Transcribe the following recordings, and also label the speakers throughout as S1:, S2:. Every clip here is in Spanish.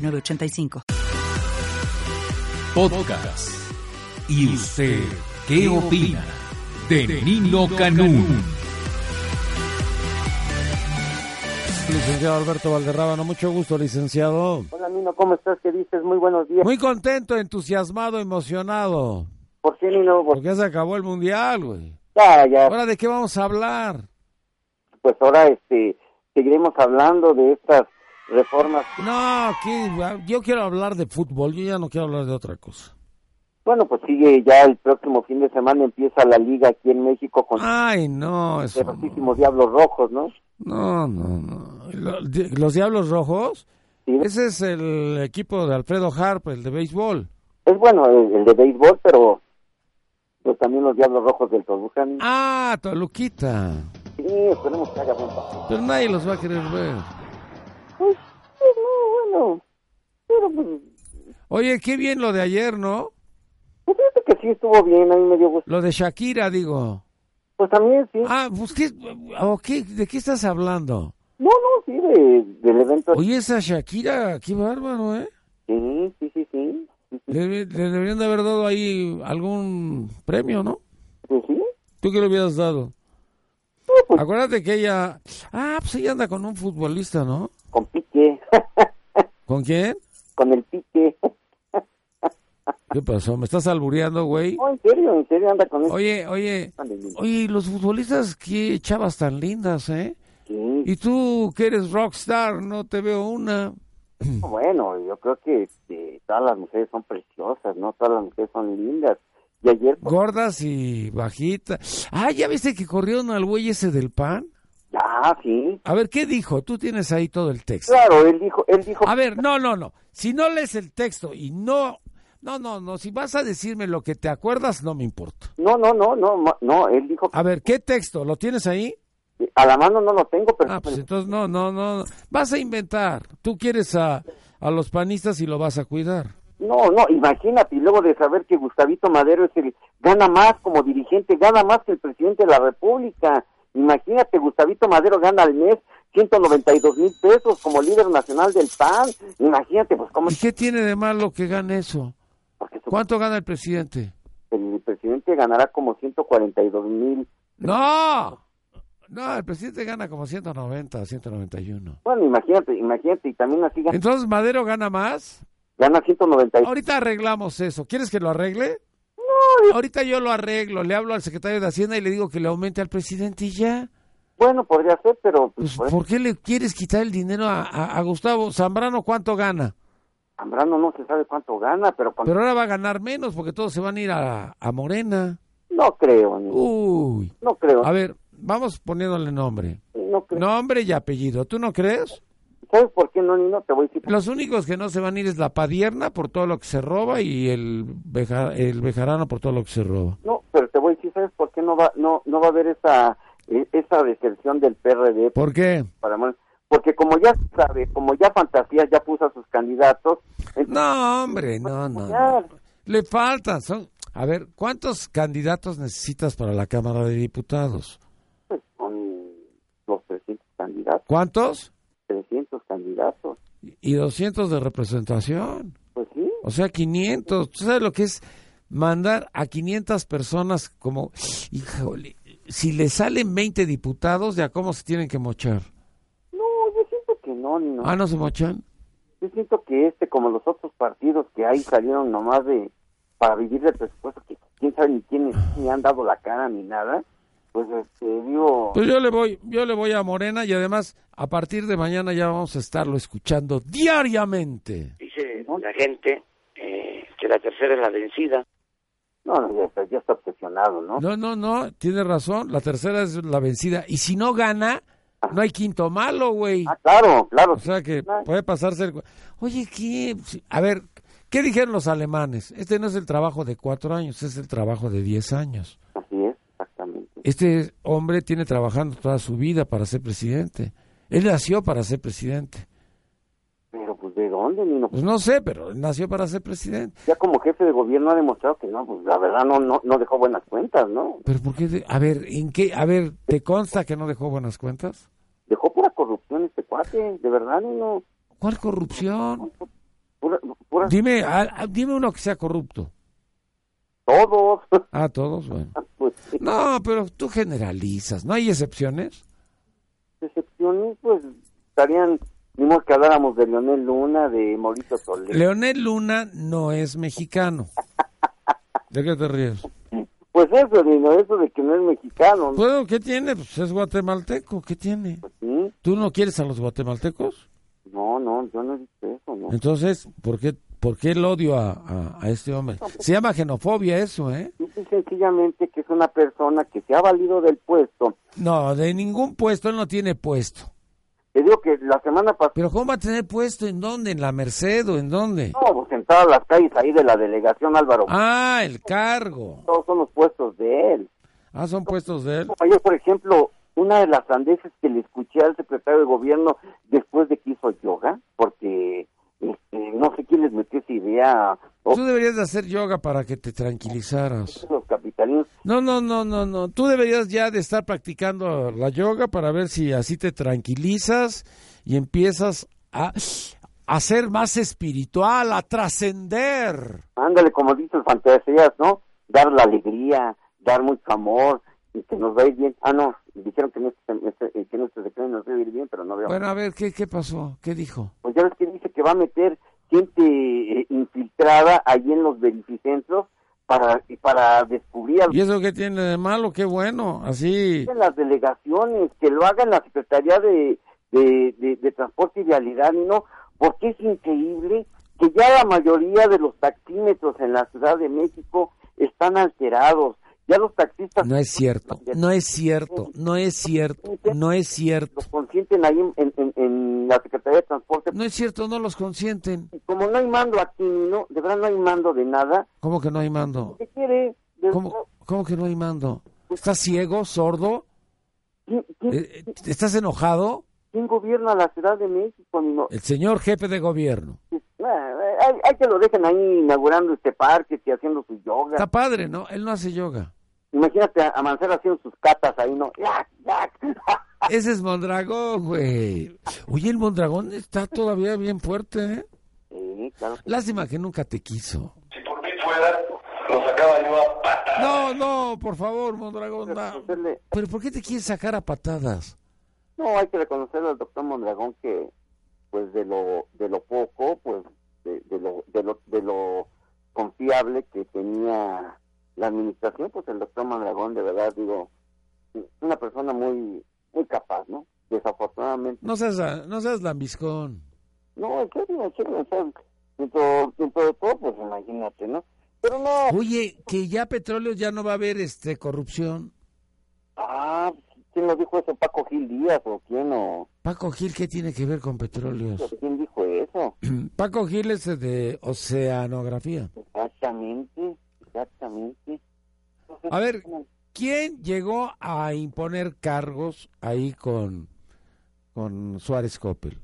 S1: 985.
S2: Podcast. ¿Y usted qué opina de Nino Canún?
S3: Licenciado Alberto Valderrábano, mucho gusto, licenciado.
S4: Hola, Nino, ¿cómo estás? ¿Qué dices? Muy buenos días.
S3: Muy contento, entusiasmado, emocionado.
S4: ¿Por qué, Nino? ¿Por-
S3: Porque ya se acabó el mundial, güey.
S4: Ya, ya,
S3: Ahora, ¿de qué vamos a hablar?
S4: pues ahora este, seguiremos hablando de estas reformas.
S3: No, ¿qué? yo quiero hablar de fútbol, yo ya no quiero hablar de otra cosa.
S4: Bueno, pues sigue ya el próximo fin de semana empieza la liga aquí en México con
S3: Ay, no,
S4: los
S3: eso. no.
S4: ferocísimos Diablos Rojos, ¿no?
S3: No, no, no. Lo- di- Los Diablos Rojos,
S4: Sí. Es,
S3: ese es el equipo de Alfredo Harp, el de béisbol.
S4: bueno el, el de béisbol, pero pero también los Diablos Rojos del Toluca. Nino.
S3: Ah, Toluquita.
S4: Sí, esperemos que haga buen partido.
S3: Pero nadie los va a querer ver.
S4: Pues, pues, no, bueno, pero pues,
S3: Oye, qué bien lo de ayer, ¿no?
S4: pues fíjate que sí estuvo bien, a mí me dio gusto.
S3: Lo de Shakira, digo.
S4: Pues también sí.
S3: Ah, pues, ¿qué, o qué- ¿de qué estás hablando?
S4: No, no, sí, de, del evento.
S3: Oye, esa Shakira, qué bárbaro, ¿eh?
S4: Sí, sí, sí, sí.
S3: Le, le deberían de haber dado ahí algún premio, ¿no?
S4: Pues sí.
S3: ¿Tú qué le hubieras dado?
S4: No, pues
S3: Acuérdate que ella... Ah, pues ella anda con un futbolista, ¿no?
S4: con pique,
S3: ¿Con quién?
S4: con el pique.
S3: ¿Qué pasó? ¿Me estás albureando, güey?
S4: No, Oh, en serio, en serio anda con el
S3: Oye, oye, oye, los futbolistas, qué chavas tan lindas, ¿eh?
S4: Sí,
S3: Y tú, que eres rockstar, no te veo una. Mm.
S4: bueno, yo creo que este, todas las mujeres son preciosas, ¿no? Todas las mujeres son lindas. Y ayer, pues,
S3: gordas y bajitas. Ah, ¿ya viste que corrieron al güey ese del pan?
S4: ah, sí.
S3: A ver, ¿qué dijo? Tú tienes ahí todo el texto.
S4: Claro, él dijo, él dijo,
S3: A ver, no, no, no. Si no lees el texto y no... No, no, no. Si vas a decirme lo que te acuerdas, no me importa.
S4: no, no, no, no, ma- no, él dijo,
S3: A ver, ¿qué texto? ¿Lo tienes ahí?
S4: que a la mano no lo tengo, pero
S3: Ah, pues entonces no, no, no. Vas a inventar. Tú quieres a, a los panistas y lo vas a cuidar.
S4: no, no, imagínate, y luego de saber que Gustavito Madero es el, gana más como dirigente, gana más que el presidente de la República. Imagínate, Gustavito Madero gana al mes 192 mil pesos como líder nacional del PAN. Imagínate, pues, cómo
S3: ¿Y qué tiene de malo que gane eso?
S4: porque su-
S3: ¿Cuánto gana el presidente?
S4: el presidente ganará como 142 mil.
S3: No, no, el presidente gana como 190, 191.
S4: Bueno, imagínate, imagínate, y también así gana,
S3: Entonces Madero gana más.
S4: gana 192.
S3: Ahorita arreglamos eso. ¿Quieres que lo arregle? Ahorita yo lo arreglo. Le hablo al secretario de Hacienda y le digo que le aumente al presidente y ya.
S4: Bueno, podría ser, pero pues,
S3: Pues,
S4: por
S3: ¿Por qué le quieres quitar el dinero a, a- a Gustavo Zambrano? ¿Cuánto gana?
S4: Zambrano no se sabe cuánto gana, pero con-
S3: Pero ahora va a ganar menos porque todos se van a ir a, a Morena.
S4: no creo, ni-
S3: Uy.
S4: no creo,
S3: A ver, vamos poniéndole nombre.
S4: no creo.
S3: Nombre y apellido. ¿Tú no crees?
S4: ¿Sabes por qué no, Nino? Te voy a decir.
S3: Los únicos que no se van a ir es la Padierna por todo lo que se roba y el, Beja- el Bejarano por todo lo que se roba.
S4: No, pero te voy a decir, ¿sabes por qué no va, no, no va a haber esa, eh, esa deserción del PRD?
S3: ¿Por qué?
S4: Para, Morena? porque como ya se sabe, como ya Fantasía ya puso a sus candidatos, entonces,
S3: No, hombre, no, no. no. Le faltan, son... A ver, ¿cuántos candidatos necesitas para la Cámara de Diputados?
S4: pues, son los 300 candidatos,
S3: ¿Cuántos?
S4: 300 candidatos.
S3: Y 200 de representación.
S4: Pues sí,
S3: O sea, 500. ¿Tú sabes lo que es mandar a 500 personas como... Híjole, si le salen 20 diputados, ¿ya cómo se tienen que mochar?
S4: no, yo siento que no, Nino.
S3: Ah, ¿no se mochan?
S4: Yo siento que este, como los otros partidos que hay, salieron nomás de para vivir del presupuesto, que quién sabe ni quiénes ni han dado la cara ni nada. Pues este, digo,
S3: Pues yo le voy, yo le voy a Morena y además a partir de mañana ya vamos a estarlo escuchando diariamente.
S5: dice la gente eh, que la tercera es la vencida.
S4: no, no, ya, está- ya está obsesionado, ¿no?
S3: No, no, no, tiene razón, la tercera es la vencida y si no gana, no hay quinto malo, güey.
S4: Ah, claro, claro. Ah,
S3: O sea que
S4: No,
S3: puede pasarse el... cu- Oye, ¿qué? A ver, ¿qué dijeron los alemanes? Este no es el trabajo de cuatro años, es el trabajo de diez años.
S4: Así es, exactamente.
S3: Este hombre tiene trabajando toda su vida para ser presidente. Él nació para ser presidente.
S4: Pero pues de dónde, Nino?
S3: Pues no sé, pero él nació para ser presidente.
S4: ya como jefe de gobierno ha demostrado que no, pues la verdad no, no, no dejó buenas cuentas, ¿no?
S3: Pero ¿por qué? de- A ver, ¿en qué? A ver, ¿te consta que no dejó buenas cuentas?
S4: Dejó pura corrupción este cuate, de verdad, Nino.
S3: ¿Cuál corrupción?
S4: Pura, pura-
S3: Dime, a- a- dime uno que sea corrupto.
S4: todos.
S3: Ah, todos, bueno.
S4: pues, sí.
S3: No, pero tú generalizas, ¿no hay excepciones?
S4: excepciones, pues estarían, ni modo que habláramos de Leonel Luna, de Mauricio Soler.
S3: Leonel Luna no es mexicano. ¿De qué te ríes?
S4: pues eso, Nino, eso de que no es mexicano, ¿no?
S3: Bueno, ¿qué tiene? Pues es guatemalteco, ¿qué tiene?
S4: ¿Sí?
S3: ¿Tú no quieres a los guatemaltecos?
S4: No, no, yo no he dicho eso, ¿no?
S3: Entonces, ¿por qué, por qué el odio a, a- a este hombre? Se llama xenofobia eso, ¿eh?
S4: Dice sencillamente que es una persona que se ha valido del puesto.
S3: No, de ningún puesto, él no tiene puesto.
S4: Te digo que la semana pasada
S3: Pero ¿cómo va a tener puesto? ¿En dónde? ¿En la Merced o en dónde?
S4: No, pues en todas las calles ahí de la delegación Álvaro.
S3: Ah, el cargo.
S4: Todos son los puestos de él.
S3: Ah, son puestos de él.
S4: Ayer, por ejemplo, una de las sandeces que le escuché al secretario de gobierno después de que hizo yoga, porque este, no sé quién les metió esa idea o
S3: Tú deberías de hacer yoga para que te tranquilizaras.
S4: los capitalinos.
S3: No, no, no, no, no. Tú deberías ya de estar practicando la yoga para ver si así te tranquilizas y empiezas a, a ser más espiritual, a trascender.
S4: Ándale, como dicen fantasías, ¿no? Dar la alegría, dar mucho amor y que nos va a ir bien. Ah, no, dijeron que en este, en este- eh, que en este sexenio nos iba a ir bien, pero no veo.
S3: Bueno, a ver, ¿qué, qué pasó? ¿Qué dijo?
S4: pues ya ves que dice que va a meter gente eh, infiltrada allí en los verificentros para, para descubrir a
S3: ¿Y eso qué tiene de malo? Qué bueno. Así.
S4: en las delegaciones, que lo haga en la Secretaría de, de, de- de Transporte y Vialidad, ¿no? Porque es increíble que ya la mayoría de los taxímetros en la Ciudad de México están alterados. Ya los taxistas
S3: No es cierto. No es cierto. No es cierto. No es cierto.
S4: los consienten ahí en, en- en- en la Secretaría de Transporte.
S3: No es cierto, no los consienten.
S4: Y como no hay mando aquí, ¿no? De verdad no hay mando de nada.
S3: ¿Cómo que no hay mando?
S4: ¿Qué quiere? De-
S3: ¿Cómo, cómo que no hay mando? ¿Estás ciego, sordo?
S4: ¿Quién, quién-
S3: Eh, eh, ¿Estás enojado?
S4: quién gobierna la Ciudad de México? Nino?
S3: El señor jefe de gobierno.
S4: Ah, Hay, hay que lo dejen ahí inaugurando este parque y haciendo su yoga.
S3: Está padre, ¿no? Él no hace yoga.
S4: Imagínate a, a Mancera haciendo sus catas ahí, ¿no? ¡Yac, yac!
S3: Ese es Mondragón, güey. Oye, el Mondragón está todavía bien fuerte, ¿eh?
S4: sí, claro.
S3: Lástima que nunca te quiso.
S6: Si por mí fuera, lo sacaba yo a pata.
S3: No, no, por favor, Mondragón. no.
S4: Reconocerle-
S3: Pero ¿por qué te quieres sacar a patadas?
S4: No, hay que reconocerle al doctor Mondragón que, pues, de lo, de lo poco, pues, de, de lo, de, lo, de lo confiable que tenía la administración, pues el doctor Mondragón, de verdad, digo, una persona muy, muy capaz, ¿no? Desafortunadamente.
S3: No seas, a- no seas lambiscón.
S4: No, en serio, en serio, o sea, dentro, dentro de todo, pues, imagínate, ¿no? Pero no,
S3: Oye, que ya petróleo ya no va a haber este corrupción.
S4: Ah, ¿quién lo dijo eso? ¿Paco Gil Díaz o quién o
S3: Paco Gil, ¿qué tiene que ver con petróleos?
S4: quién dijo eso?
S3: Paco Gil es de oceanografía.
S4: Exactamente, exactamente. Entonces,
S3: A ver,
S4: ¿cómo?
S3: ¿quién llegó a imponer cargos ahí con, con Suárez Coppel?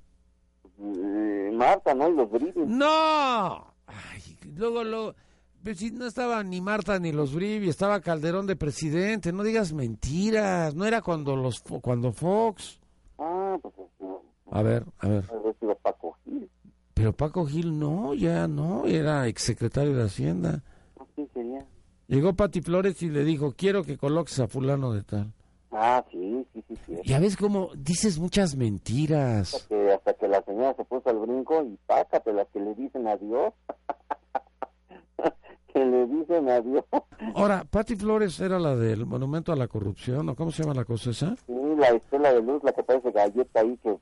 S4: Eh, Marta, ¿no? Y los Britney.
S3: ¡No! Ay, luego, luego. Pero si no estaba ni Marta ni los Brivi, estaba Calderón de presidente, no digas mentiras, no era cuando los Fo- cuando Fox.
S4: Ah, pues no,
S3: A ver, a ver.
S4: no sido Paco Gil.
S3: Pero Paco Gil no, ya no, era exsecretario de Hacienda.
S4: ¿no? ¿Quién sería?
S3: Llegó Pati Flores y le dijo, quiero que coloques a fulano de tal.
S4: Ah, sí, sí, sí, sí.
S3: Ya ves cómo dices muchas mentiras.
S4: Hasta que, hasta que la señora se puso al brinco y pácate las que le dicen adiós. que le dicen adiós.
S3: Ahora, Patti Flores era la del Monumento a la Corrupción, ¿o cómo se llama la cosa esa?
S4: Sí, la estela de luz, la que parece galleta ahí, que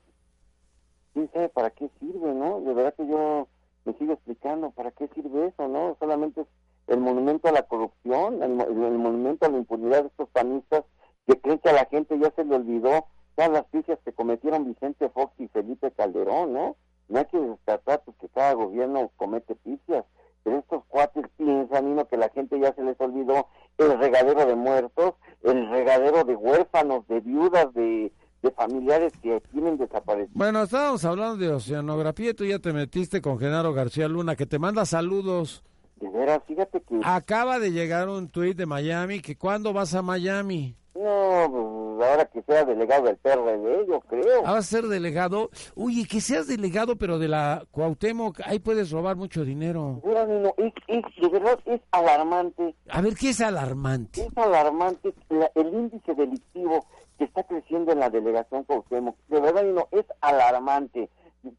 S4: quién sabe para qué sirve, ¿no? De verdad que yo me sigo explicando para qué sirve eso, ¿no? Solamente es el monumento a la corrupción, el, mo- el monumento a la impunidad de estos panistas que creen que a la gente ya se le olvidó todas las fichas que cometieron Vicente Fox y Felipe Calderón, ¿no? No hay que descartar pues, que cada gobierno comete picias, pero estos cuates piensan, Nino, que la gente ya se les olvidó el regadero de muertos, el regadero de huérfanos, de viudas, de, de familiares que tienen desaparecidos.
S3: Bueno, estábamos hablando de oceanografía y tú ya te metiste con Genaro García Luna, que te manda saludos.
S4: De veras, fíjate que...
S3: Ah. Acaba de llegar un tuit de Miami, que ¿cuándo vas a Miami?
S4: No, pues, ahora que sea delegado del PRD, yo creo.
S3: Ah, Vas a ser delegado. Oye, que seas delegado, pero de la Cuauhtémoc, ahí puedes robar mucho dinero.
S4: Mira, Nino, es, es, de verdad es alarmante,
S3: A ver, ¿qué es alarmante?
S4: es alarmante la- el índice delictivo que está creciendo en la delegación Cuauhtémoc. De verdad, Nino, es alarmante.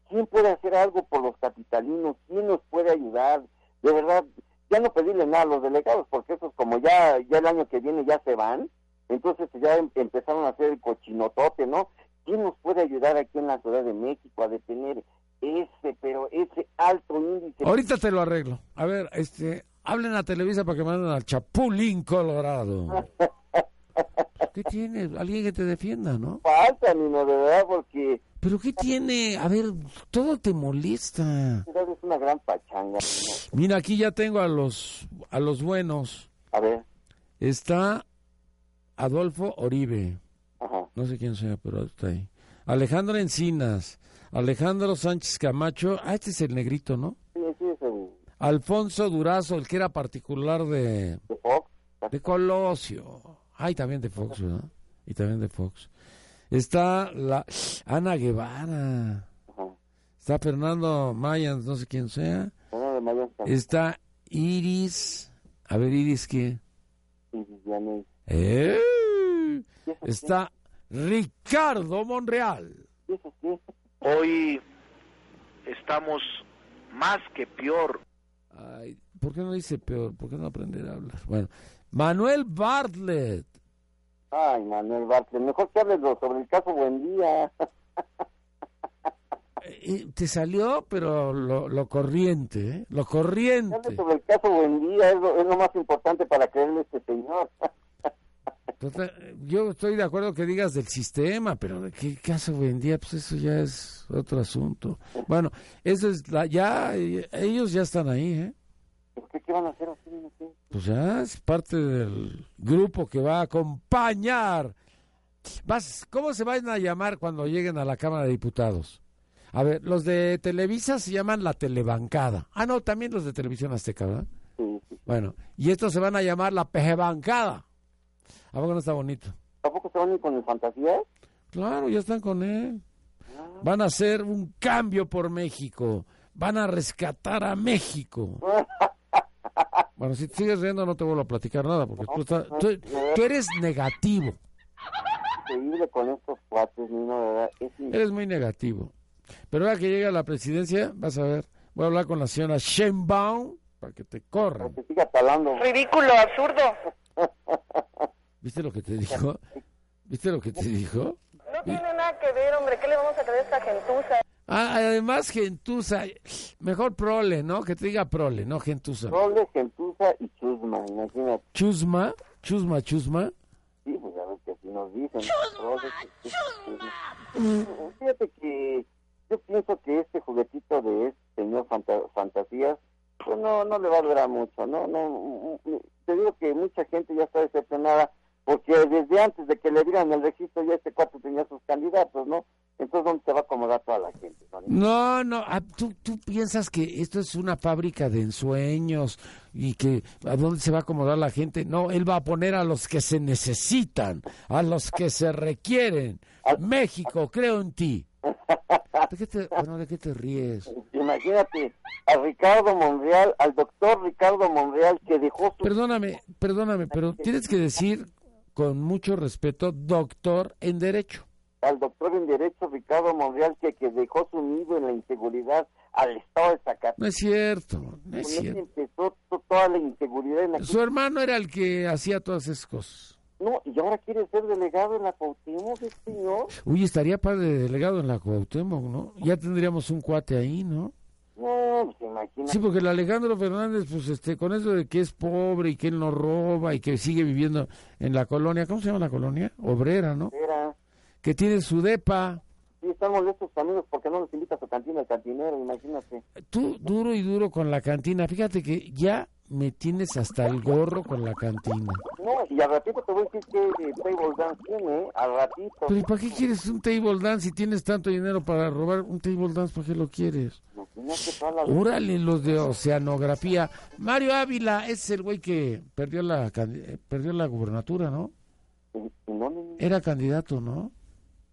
S4: ¿Quién puede hacer algo por los capitalinos? ¿Quién nos puede ayudar? De verdad, ya no pedirle nada a los delegados, porque esos como ya, ya el año que viene ya se van, entonces ya em- empezaron a hacer el cochinotote, ¿no? ¿Quién nos puede ayudar aquí en la Ciudad de México a detener ese, pero ese alto índice?
S3: Ahorita te lo arreglo. A ver, este, hablen a Televisa para que manden al Chapulín Colorado. ¿Qué tiene? Alguien que te defienda, ¿no?
S4: Falta, Nino, de verdad, porque...
S3: ¿Pero qué tiene? A ver, todo te molesta.
S4: ciudad es una gran pachanga. ¿no?
S3: Mira, aquí ya tengo a los, a los buenos.
S4: A ver,
S3: Está Adolfo Oribe.
S4: ajá.
S3: No sé quién sea, pero está ahí. Alejandro Encinas. Alejandro Sánchez Camacho. Ah, este es el negrito, ¿no?
S4: Sí, sí, es el
S3: Alfonso Durazo, el que era particular de,
S4: de Fox.
S3: de Colosio. Ay, también de Fox, ¿verdad? Y también de Fox. Está la Ana Guevara.
S4: Ajá.
S3: Está Fernando Mayans, no sé quién sea.
S4: Uno de Mayor San-
S3: Está Iris. A ver, Iris, ¿qué?
S4: y Vivianey.
S3: ¡Eh! Está Ricardo Monreal.
S4: ¿Y eso qué?
S7: Hoy estamos más que peor.
S3: Ay, ¿Por qué no dice peor? ¿Por qué no aprender a hablar? Bueno, Manuel Bartlett.
S4: Ay, Manuel Bartlett, mejor que hables lo- sobre el caso Buendía.
S3: Eh, te salió, pero lo, lo corriente, ¿eh? Lo
S4: Que hables
S3: corriente.
S4: sobre el caso Buendía, es lo, es lo más importante para creerle a este señor.
S3: Total, Yo estoy de acuerdo que digas del sistema, pero ¿de qué caso hoy en día? Pues eso ya es otro asunto. Bueno, eso es la, ya, eh, ellos ya están ahí, ¿eh?
S4: ¿Por qué, ¿Qué van a hacer así? No sé.
S3: Pues ya es parte del grupo que va a acompañar. Vas, ¿Cómo se van a llamar cuando lleguen a la Cámara de Diputados? A ver, los de Televisa se llaman la Telebancada. Ah, no, también los de Televisión Azteca, ¿verdad?
S4: Sí, sí.
S3: Bueno, y estos se van a llamar la Pejebancada. ¿A poco no está bonito?
S4: ¿Tampoco se van a ir con el fantasía?
S3: Claro, ya están con él. Van a hacer un cambio por México. Van a rescatar a México. Bueno, si te sigues riendo no te vuelvo a platicar nada, porque tú, estás- tú- tú eres negativo.
S4: Increíble con estos cuates, Nino, de verdad. Es in-
S3: Eres muy negativo. Pero ahora que llegue a la presidencia, vas a ver, voy a hablar con la señora Sheinbaum para que te corran.
S4: que siga talando.
S8: Ridículo, absurdo.
S3: ¿Viste lo que te dijo? ¿Viste lo que te dijo?
S8: No tiene nada que ver, hombre. ¿Qué le vamos a creer a esta gentuza?
S3: Ah, además, gentuza, mejor prole, ¿no? Que te diga prole, no gentuza.
S4: Robles, Gentuza y Chusma, imagínate.
S3: Chusma, chusma, chusma.
S4: Sí, pues a ver que así nos dicen. Robles, Fíjate que yo pienso que este juguetito de este señor Fanta- Fantasías, pues no, no le va a durar mucho, ¿no? no mm, mm, Te digo que mucha gente ya está decepcionada porque desde antes de que le dieran el registro ya este cuatro tenía sus candidatos, ¿no? Entonces, ¿dónde se va a acomodar toda la gente? no?
S3: No, no, ah, ¿tú, tú piensas que esto es una fábrica de ensueños y que a dónde se va a acomodar la gente. No, él va a poner a los que se necesitan, a los que se requieren. México, creo en ti. ¿De qué te, bueno, ¿de qué te ríes?
S4: Imagínate a Ricardo Monreal, al doctor Ricardo Monreal que dejó su...
S3: Perdóname, perdóname, pero tienes que decir con mucho respeto, doctor en derecho.
S4: al doctor en Derecho Ricardo Monreal que, que dejó sumido en la inseguridad al estado de Zacatecas.
S3: No es cierto, no es
S4: Con él
S3: cierto.
S4: empezó to- toda la inseguridad en la
S3: Su hermano era el que hacía todas esas cosas.
S4: No, y ahora quiere ser delegado en la Cuauhtémoc, este señor.
S3: Uy, estaría padre de delegado en la Cuauhtémoc, ¿no? Ya tendríamos un cuate ahí, ¿no?
S4: No, pues imagina.
S3: Sí, porque el Alejandro Fernández, pues este, con eso de que es pobre y que él no roba y que sigue viviendo en la colonia, ¿cómo se llama la colonia? Obrera, ¿no?
S4: Era,
S3: que tienen su depa.
S4: Sí, están molestos tus amigos porque no los invita a su cantina el cantinero, imagínate.
S3: Tú duro y duro con la cantina. Fíjate que ya me tienes hasta el gorro con la cantina.
S4: No, y al ratito te voy a decir que eh, Table Dance tiene, ¿eh? al ratito.
S3: Pero ¿y para qué quieres un table dance si tienes tanto dinero para robar un table dance? ¿Para qué lo quieres?
S4: Imagínate
S3: pues,
S4: toda la
S3: Órale, los de oceanografía. Mario Ávila, ese es el güey que perdió la candi- eh, perdió la gubernatura, ¿no?
S4: ¿En- en dónde, niño?
S3: Era candidato, ¿no?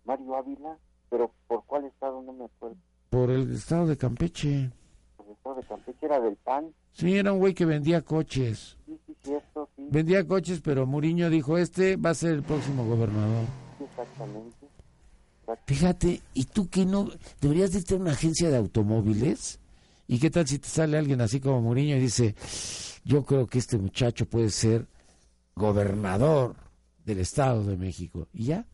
S4: Mario Ávila, pero ¿por cuál estado? No me acuerdo.
S3: Por el estado de Campeche.
S4: El estado de Campeche era del PAN.
S3: Sí, era un güey que vendía coches.
S4: Sí, sí, cierto, sí,
S3: Vendía coches, pero Muriño dijo, este va a ser el próximo gobernador.
S4: sí, exactamente.
S3: Fíjate, ¿y tú qué no? ¿Deberías de tener una agencia de automóviles? ¿Y qué tal si te sale alguien así como Muriño y dice, yo creo que este muchacho puede ser gobernador del Estado de México? ¿Y ya?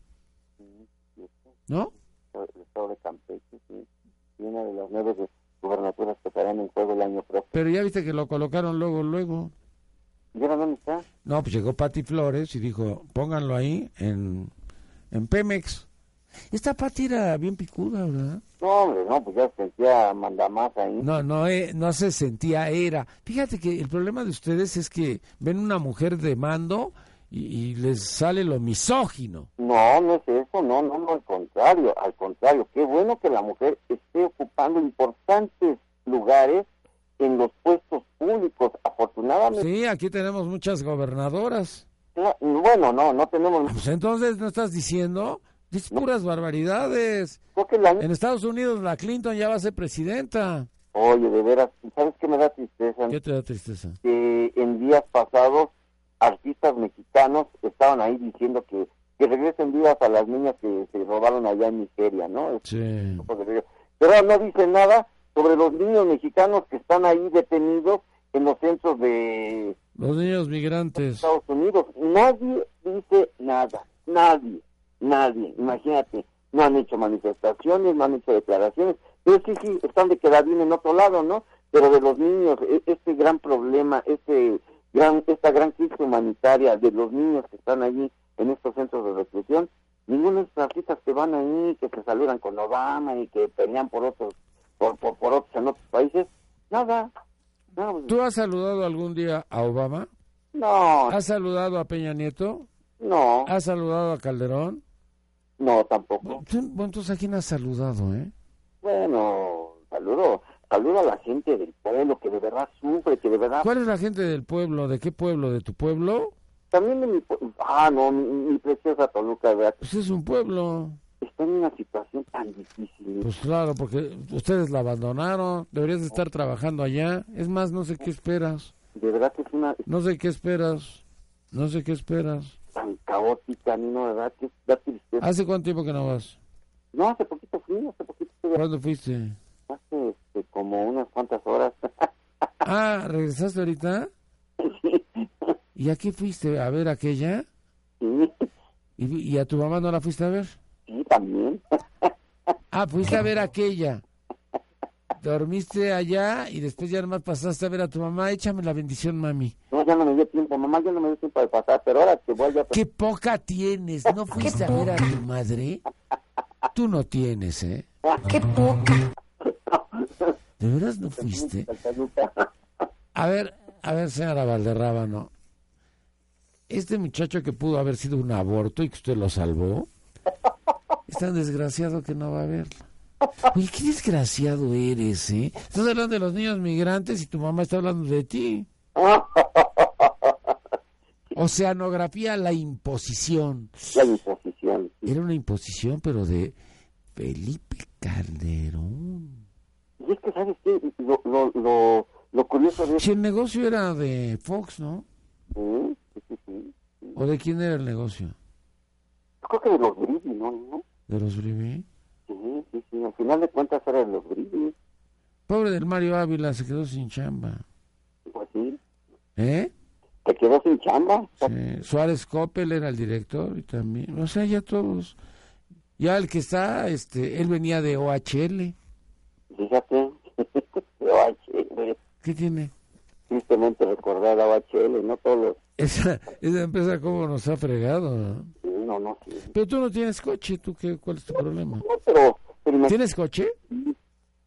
S3: ¿No?
S4: El estado de Campeche, sí. Y una de las nueve gubernaturas que estarán en juego el año próximo.
S3: Pero ya viste que lo colocaron luego, luego.
S4: ¿Y ahora dónde está?
S3: No, pues llegó Pati Flores y dijo, pónganlo ahí en, en Pemex. Esta Pati era bien picuda, ¿verdad?
S4: No, hombre, no, pues ya se sentía mandamás ahí.
S3: No, no, eh, no se sentía era. Fíjate que el problema de ustedes es que ven una mujer de mando y, y les sale lo misógino.
S4: No, no es eso, no, no, no, al contrario, al contrario, qué bueno que la mujer esté ocupando importantes lugares en los puestos públicos. Afortunadamente,
S3: Sí, aquí tenemos muchas gobernadoras.
S4: cla- bueno, no, no tenemos,
S3: Pues entonces no estás diciendo, dices puras barbaridades.
S4: creo que el año,
S3: En Estados Unidos la Clinton ya va a ser presidenta.
S4: oye, de veras, ¿sabes qué me da tristeza?
S3: ¿Qué te da tristeza?
S4: Que en días pasados artistas mexicanos estaban ahí diciendo que, que regresen vivas a las niñas que se robaron allá en Nigeria, ¿no?
S3: Sí.
S4: Ojo de Vidrio. Pero no dice nada sobre los niños mexicanos que están ahí detenidos en los centros de
S3: Los niños migrantes.
S4: Estados Unidos. Nadie dice nada, nadie, nadie. Imagínate, no han hecho manifestaciones, no han hecho declaraciones. Pero sí, sí, están de quedar bien en otro lado, ¿no? Pero de los niños, e- este gran problema, este gran, esta gran crisis humanitaria de los niños que están allí en estos centros de reclusión, ninguno de estos artistas que van ahí, que se saludan con Obama y que pelean por otros, por, por, por otros en otros países, nada. No, pues,
S3: ¿Tú has saludado algún día a Obama?
S4: no,
S3: ¿Has saludado a Peña Nieto?
S4: no,
S3: ¿Has saludado a Calderón?
S4: no, tampoco.
S3: Tú- Bueno, entonces a quién has saludado, ¿eh?
S4: Bueno, saludo, saludo a la gente del pueblo que de verdad sufre, que de verdad...
S3: ¿Cuál es la gente del pueblo? ¿De qué pueblo? ¿De tu pueblo?
S4: También de mi... pue- Ah, no, mi, mi preciosa Toluca, de verdad,
S3: Pues es un pueblo.
S4: está en una situación tan difícil.
S3: Pues claro, porque ustedes la abandonaron. Deberías de estar trabajando allá. Es más, no sé qué esperas.
S4: De verdad que es una... es
S3: No sé qué esperas. No sé qué esperas.
S4: tan caótica, Nino, de verdad que es- da tristeza.
S3: ¿Hace cuánto tiempo que no vas?
S4: No, hace poquito fui, hace poquito fui,
S3: ¿Cuándo fuiste?
S4: hace este, como unas cuantas horas.
S3: Ah, ¿regresaste ahorita? ¿Y a qué fuiste? ¿A ver aquella?
S4: sí,
S3: ¿Y, y a tu mamá no la fuiste a ver?
S4: sí, también.
S3: Ah, fuiste a ver aquella. Dormiste allá y después ya nomás pasaste a ver a tu mamá. Échame la bendición, mami.
S4: No, ya no me dio tiempo, mamá, ya no me dio tiempo de pasar, pero ahora que voy a...
S3: ¡Qué poca tienes! ¿No fuiste a ver a tu madre? Tú no tienes, ¿eh?
S9: Ah, ¡Qué poca!
S3: ¿De veras no fuiste?
S4: Toluca.
S3: A ver, a ver, señora Valderrábano. Este muchacho que pudo haber sido un aborto y que usted lo salvó, es tan desgraciado que no va a verla. Oye, qué desgraciado eres, ¿eh? Estás hablando de los niños migrantes y tu mamá está hablando de ti. Oceanografía, la imposición.
S4: La imposición. sí.
S3: Era una imposición, pero de Felipe Calderón.
S4: Y es que, ¿sabes qué? Lo, lo, lo, lo curioso de esto,
S3: Si el negocio era de Fox, ¿no?
S4: ¿eh? Sí, sí, sí.
S3: ¿O de quién era el negocio?
S4: Yo creo que de los Brady, ¿no? ¿no?
S3: ¿De los Uribe?
S4: Sí, sí, sí. Al final de cuentas era de los Brady.
S3: Pobre del Mario Ávila, se quedó sin chamba.
S4: Pues sí.
S3: ¿Eh?
S4: Te quedó sin chamba.
S3: Sí, Suárez Coppel era el director y también. O sea, ya todos. Ya el que está, este, él venía de OHL.
S4: Fíjate. OHL.
S3: ¿Qué tiene?
S4: Tristemente recordar a OHL, ¿no? Todos los...
S3: Esa, esa empresa, ¿cómo nos ha fregado? no?
S4: sí, No, no, no. sí.
S3: Pero tú no tienes coche, ¿tú qué, ¿cuál es tu problema?
S4: No, pero, pero imagínate
S3: ¿Tienes coche?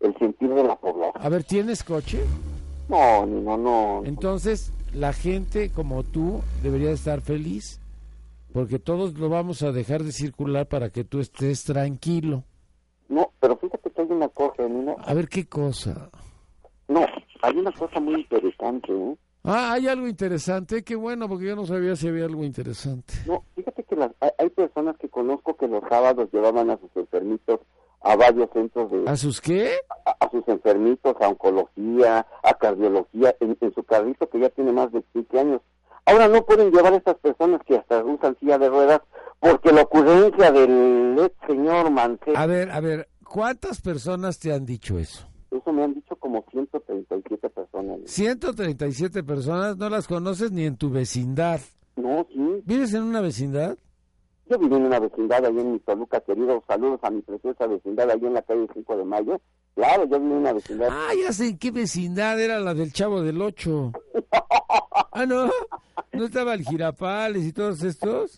S4: el sentir de la población.
S3: A ver, ¿tienes coche?
S4: No, ni no, no.
S3: Entonces, la gente como tú debería estar feliz, porque todos lo vamos a dejar de circular para que tú estés tranquilo.
S4: No, pero fíjate que hay una cosa, Nino.
S3: A ver qué cosa.
S4: No, hay una cosa muy interesante, ¿eh?
S3: Ah, hay algo interesante, qué bueno, porque yo no sabía si había algo interesante.
S4: No, fíjate que las- hay, hay personas que conozco que los sábados llevaban a sus enfermitos a varios centros de...
S3: ¿A sus qué?
S4: a, a sus enfermitos, a oncología, a cardiología, en, en su carrito que ya tiene más de 15 años. Ahora no pueden llevar a estas personas que hasta usan silla de ruedas porque la ocurrencia del ex señor
S3: A
S4: Mancera,
S3: ver, a ver, ¿cuántas personas te han dicho eso?
S4: eso me han dicho como 137 personas.
S3: 137 personas, no las conoces ni en tu vecindad.
S4: No, sí,
S3: ¿Vives en una vecindad?
S4: yo viví en una vecindad ahí en mi Toluca, querido, saludos a mi preciosa vecindad ahí en la calle 5 de Mayo. Claro, yo viví en una vecindad.
S3: Ah, ya sé en qué vecindad era la del Chavo del Ocho. Ah, no, no estaba el Girapales y todos estos.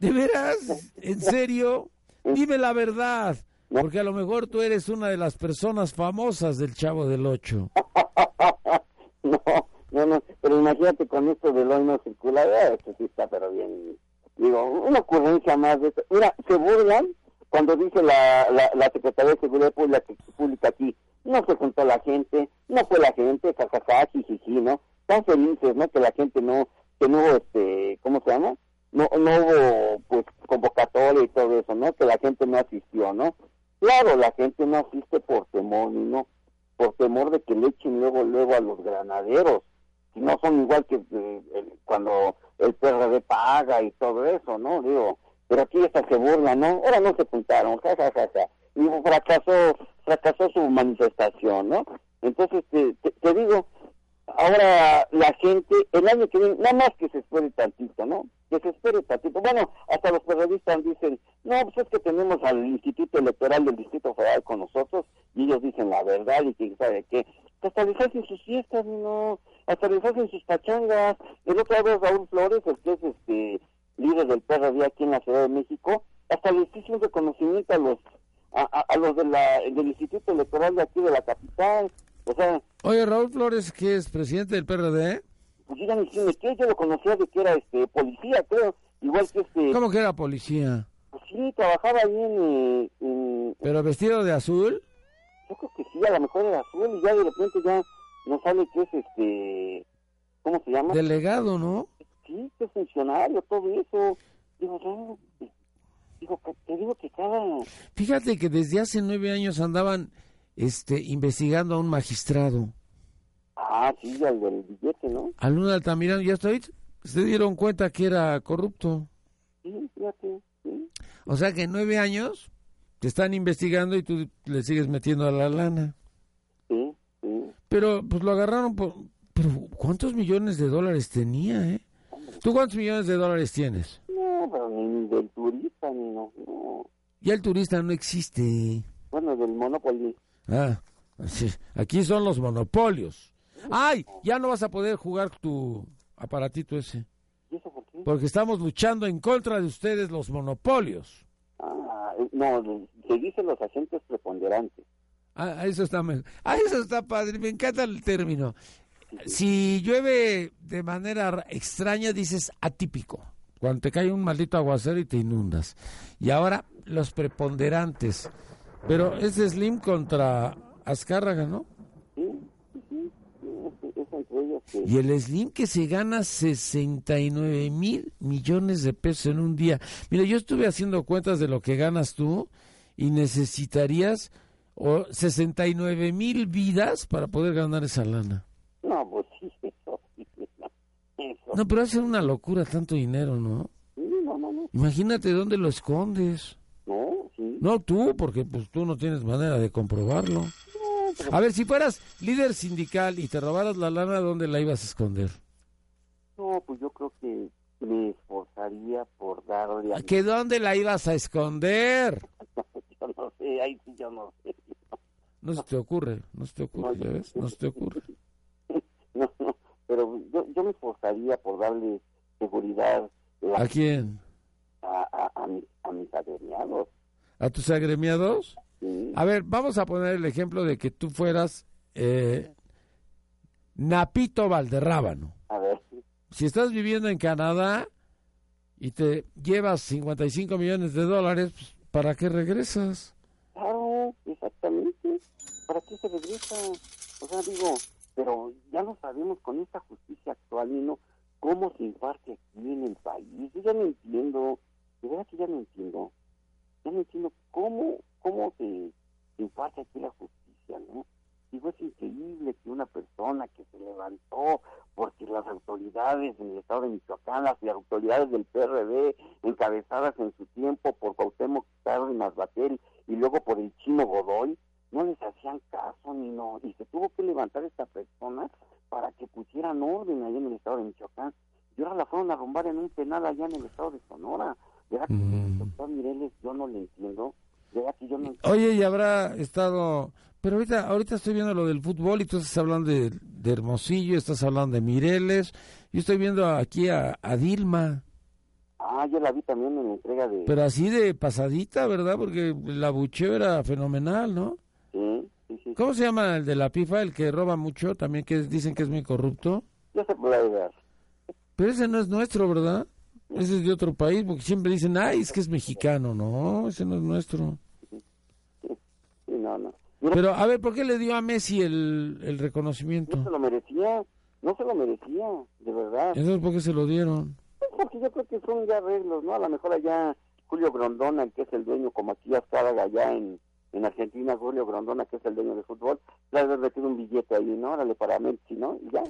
S3: ¿De veras? ¿En serio? Dime la verdad, porque a lo mejor tú eres una de las personas famosas del Chavo del Ocho.
S4: No, no, no, pero imagínate con esto del hoy no circula, eh, esto sí está, pero bien. Digo, una ocurrencia más de esto. Mira, se burlan cuando dice la, la, la Secretaría de Seguridad Pública, Pública aquí, no se juntó la gente, no fue la gente, jajaja, jijiji, ¿no? Tan felices, ¿no? Que la gente no, que no hubo, este, ¿cómo se llama? No, no hubo, pues, convocatoria y todo eso, ¿no? Que la gente no asistió, ¿no? Claro, la gente no asiste por temor, ¿no? por temor de que le echen luego luego a los granaderos si no son igual que eh, el- cuando el PRD paga y todo eso no digo pero aquí hasta se burlan no ahora no se juntaron ja ja ja ja y fracasó fracasó su manifestación no entonces te, te- te digo ahora la gente el año que viene nada más que se espere tantito no que se espere tantito bueno hasta los periodistas dicen no pues es que tenemos al Instituto Electoral del Distrito Federal con nosotros y ellos dicen la verdad y quién sabe qué. Hasta les hacen sus fiestas, no, hasta les hacen sus pachangas. El otro día Raúl Flores, el que es este líder del PRD aquí en la Ciudad de México, hasta les hizo un reconocimiento a los a, a- a los de la, del Instituto Electoral de aquí de la capital. O sea,
S3: Oye, Raúl Flores, que es presidente del PRD,
S4: pues díganme quién es que yo lo conocía de que era este policía, creo, igual que este,
S3: ¿cómo que era policía?
S4: pues sí, trabajaba ahí en, eh, en
S3: ¿Pero vestido de azul?
S4: Yo creo que sí, a lo mejor era azul y ya de repente ya no sabe qué es este. ¿Cómo se llama?
S3: Delegado, ¿no?
S4: Sí, qué funcionario, todo eso. Digo, no. Digo, que- te digo que cada.
S3: Fíjate que desde hace nueve años andaban este, investigando a un magistrado.
S4: Ah, sí, al del billete, ¿no?
S3: Al un Altamirano, ya estoy, se dieron cuenta que era corrupto.
S4: Sí, fíjate. Sí.
S3: O sea que en nueve años te están investigando y tú le sigues metiendo a la lana.
S4: Sí, sí.
S3: Pero pues lo agarraron por... Pero ¿cuántos millones de dólares tenía, eh? ¿Tú cuántos millones de dólares tienes?
S4: No, pero ni del turista, ni no. no.
S3: Ya el turista no existe.
S4: Bueno, del Monopoly.
S3: Ah, sí. Aquí son los monopolios. ¡Ay! Ya no vas a poder jugar tu aparatito ese.
S4: ¿Y eso por qué?
S3: Porque estamos luchando en contra de ustedes los monopolios.
S4: Ah, eh, no, de- se dicen los agentes preponderantes.
S3: Ah, eso está mejor. Ah, eso está padre. Me encanta el término. Si llueve de manera ra- extraña, dices atípico. Cuando te cae un maldito aguacero y te inundas. Y ahora los preponderantes. Pero es Slim contra Azcárraga, ¿no?
S4: Sí, es- es entre ellos que.
S3: Y el Slim que se gana 69 mil millones de pesos en un día. Mira, yo estuve haciendo cuentas de lo que ganas tú y necesitarías o 69 mil vidas para poder ganar esa lana.
S4: No, pues sí, eso sí. no, Eso.
S3: No, pero hace una locura tanto dinero, ¿no?
S4: Sí, no, no, no.
S3: Imagínate dónde lo escondes.
S4: No, sí.
S3: No tú, porque pues tú no tienes manera de comprobarlo. A ver, si fueras líder sindical y te robaras la lana, ¿dónde la ibas a esconder?
S4: No, pues yo creo que me esforzaría por darle a...
S3: ¿Que dónde la ibas a esconder?
S4: Yo no sé, ahí sí yo no sé.
S3: No se te ocurre, no se te ocurre, Pues
S4: No,
S3: ya ves, no se te ocurre.
S4: No, no, pero yo, yo me esforzaría por darle seguridad.
S3: ¿A
S4: La,
S3: quién?
S4: a, mis, a mis agremiados.
S3: ¿A tus agremiados?
S4: Sí.
S3: A ver, vamos a poner el ejemplo de que tú fueras eh, Napito Valderrábano.
S4: A ver,
S3: Si estás viviendo en Canadá y te llevas 55 millones de dólares, pues, ¿para qué regresas?
S4: claro, Ah, exactamente. ¿Para qué se regresa? O sea, digo, pero ya no sabemos con esta justicia actual, Nino, cómo se imparte aquí en el país. Yo ya no entiendo, de verdad que ya no entiendo. Ya no entiendo cómo, cómo se, se imparte aquí la justicia, ¿no? Digo, es increíble que una persona que se levantó porque las autoridades en el estado de Michoacán, las autoridades del PRD, encabezadas en su tiempo por Cuauhtémoc Cárdenas Batel y luego por el chino Godoy, no les hacían caso ni no. Y se tuvo que levantar esta persona para que pusieran orden allá en el estado de Michoacán. Y ahora la fueron a rumbar en un penal allá en el estado de Sonora. ¿Verdad que el doctor Mireles yo no le entiendo? ¿Verdad que yo no entiendo?
S3: Oye, y habrá estado... Pero ahorita, ahorita estoy viendo lo del fútbol y tú estás hablando de, de Hermosillo, estás hablando de Mireles. Yo estoy viendo aquí a, a Dilma,
S4: Ah, yo la vi también en la entrega de...
S3: pero así de pasadita, ¿verdad? Porque la bucheo era fenomenal, ¿no?
S4: Sí, sí, sí.
S3: ¿Cómo se llama el de la pifa, el que roba mucho, también que dicen que es muy corrupto?
S4: Yo sé por la edad.
S3: Pero ese no es nuestro, ¿verdad? Ese es de otro país, porque siempre dicen, ay, es que es mexicano. No, ese no es nuestro.
S4: Sí, no, no. Mira,
S3: Pero, a ver, ¿por qué le dio a Messi el, el
S4: no se
S3: reconocimiento?
S4: lo merecía, no se lo merecía, de verdad.
S3: Entonces, ¿por qué se lo dieron?
S4: Porque yo creo que son ya arreglos, ¿no? A lo mejor allá Julio Grondona, el que es el dueño, como aquí Azcárraga, allá en, en Argentina, Julio Grondona, que es el dueño de fútbol, le ha de haber metido un billete ahí, ¿no? Órale, para Messi, ¿no? Y ya.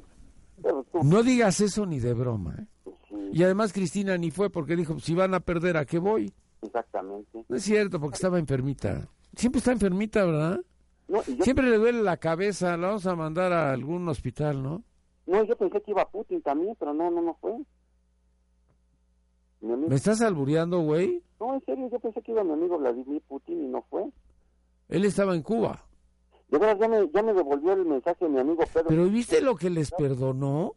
S4: Pero tú,
S3: No digas eso ni de broma. ¿eh?
S4: pues, sí,
S3: Y además Cristina ni fue porque dijo, si van a perder, ¿a qué voy?
S4: exactamente.
S3: No es cierto, porque estaba enfermita. Siempre está enfermita, ¿verdad?
S4: No, y yo,
S3: Siempre le duele la cabeza, la vamos a mandar a algún hospital, ¿no?
S4: no, yo pensé que iba Putin también, pero no, no, no fue. Mi amigo-
S3: ¿Me estás albureando, güey?
S4: no, en serio, yo pensé que iba mi amigo Vladimir Putin y no fue.
S3: Él estaba en Cuba.
S4: De veras, ya me, ya me devolvió el mensaje mi amigo Pedro.
S3: Pero ¿viste lo que les perdonó?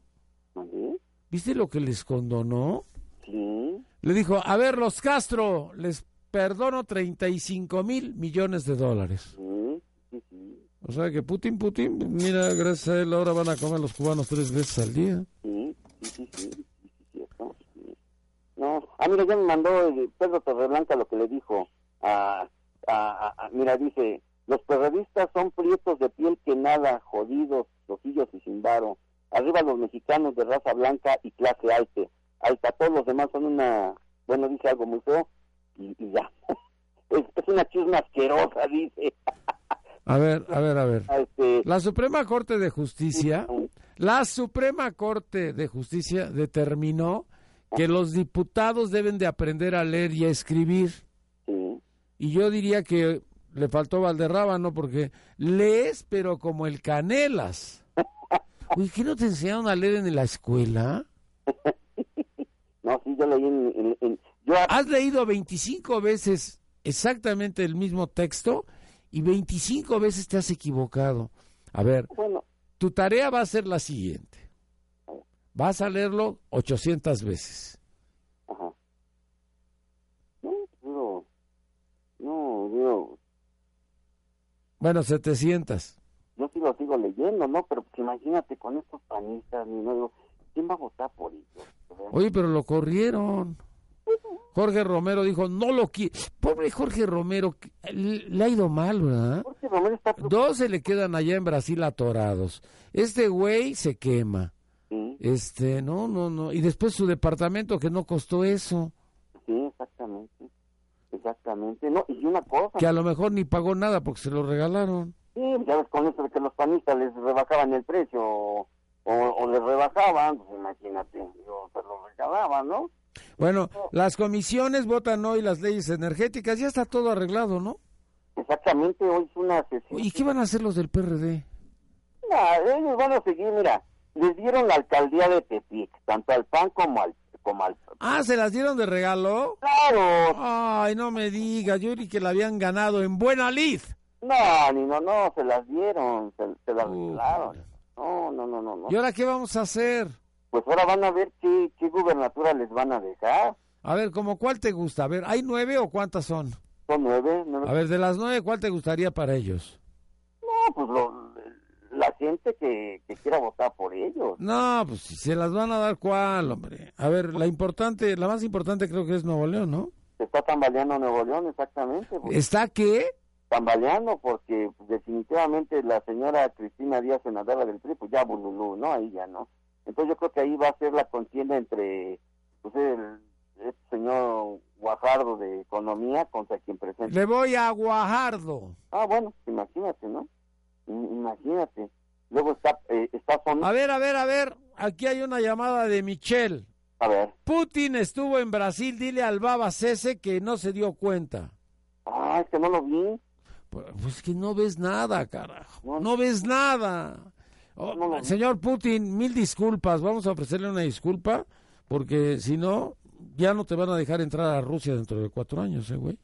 S4: ¿Mandé?
S3: ¿Viste lo que les condonó?
S4: Sí,
S3: Le dijo, a ver, los Castro, les perdono 35 mil millones de dólares.
S4: sí, sí, sí,
S3: O sea que Putin, Putin, mira, gracias a él ahora van a comer los cubanos tres veces al día.
S4: sí, sí, sí, sí, sí, sí, cierto, sí. No, ah, mira, ya me mandó el Pedro Torreblanca lo que le dijo. A, a- a- a- mira, dice, los periodistas son prietos de piel que nada, jodidos, rojillos y sin varo. Arriba los mexicanos de raza blanca y clase alta. Alta, todos los demás son una, bueno, dice algo muy feo y, y ya. Es, es una chusma asquerosa, dice.
S3: A ver, a ver, a ver.
S4: Este,
S3: La Suprema Corte de Justicia, la Suprema Corte de Justicia determinó que los diputados deben de aprender a leer y a escribir.
S4: sí.
S3: Y yo diría que le faltó Valderrábano porque lees, pero como el Canelas. Uy, ¿qué no te enseñaron a leer en la escuela?
S4: No, sí, yo leí en... en- en- yo ah, a-
S3: Has leído 25 veces exactamente el mismo texto y 25 veces te has equivocado. A ver,
S4: bueno,
S3: tu tarea va a ser la siguiente. Vas a leerlo 800 veces.
S4: ajá. No, digo... No, digo...
S3: Bueno, 700.
S4: Yo sí lo sigo leyendo, ¿no? Pero pues, imagínate con estos panistas, ni no digo... ¿Quién va a votar por ellos?
S3: Oye, pero lo corrieron. Jorge Romero dijo, no lo quiero. Pobre Jorge Romero, que- le ha ido mal, ¿verdad?
S4: Porque Romero está...
S3: Dos se le quedan allá en Brasil atorados. Este güey se quema.
S4: Sí,
S3: Este, no, no, no. Y después su departamento que no costó eso,
S4: sí, exactamente. Exactamente, ¿no? Y una cosa...
S3: que a lo mejor ni pagó nada porque se lo regalaron.
S4: Sí, ya ves con eso de que los panistas les rebajaban el precio o, o, o les rebajaban, pues imagínate, digo, se lo regalaban, ¿no?
S3: Bueno, las comisiones votan hoy las leyes energéticas, ya está todo arreglado, ¿no?
S4: Exactamente, hoy es una sesión...
S3: ¿Y qué van a hacer los del PRD?
S4: No, ellos van a seguir, mira, les dieron la alcaldía de Tepic, tanto al PAN como al... Como al
S3: Ah, ¿se las dieron de regalo?
S4: claro,
S3: Ay, no me diga, Yuri, que la habían ganado en buena lid.
S4: no, ni no, no, se las dieron, se, se las
S3: Uh,
S4: regalaron. No, no, no, no, no.
S3: ¿Y ahora qué vamos a hacer?
S4: Pues ahora van a ver qué, qué gubernatura les van a dejar.
S3: A ver, ¿como cuál te gusta? A ver, ¿hay nueve o cuántas son?
S4: Son nueve. nueve.
S3: A ver, de las nueve, ¿cuál te gustaría para ellos?
S4: No, pues lo- la gente que, que quiera votar por ellos.
S3: No, pues si se las van a dar, ¿cuál, hombre? A ver, la importante, la más importante creo que es Nuevo León, ¿no?
S4: Se está tambaleando Nuevo León, exactamente. pues,
S3: ¿Está qué?
S4: Tambaleando porque definitivamente la señora Cristina Díaz, senadora del PRI, pues ya bululú, ¿no? Ahí ya, ¿no? Entonces yo creo que ahí va a ser la contienda entre, pues, el, este señor Guajardo de Economía contra quien presenta.
S3: Le voy a Guajardo.
S4: Ah, bueno, imagínate, ¿no? I- Imagínate. Luego está, eh, está Son-
S3: A ver, a ver, a ver, aquí hay una llamada de Michelle.
S4: A ver.
S3: Putin estuvo en Brasil, dile al Baba Cese que no se dio cuenta.
S4: Ah, es que no lo vi.
S3: Pues pues que no ves nada, carajo.
S4: No.
S3: No ves nada. Oh,
S4: No lo vi.
S3: señor Putin, mil disculpas. Vamos a ofrecerle una disculpa porque si no, ya no te van a dejar entrar a Rusia dentro de cuatro años, eh, güey.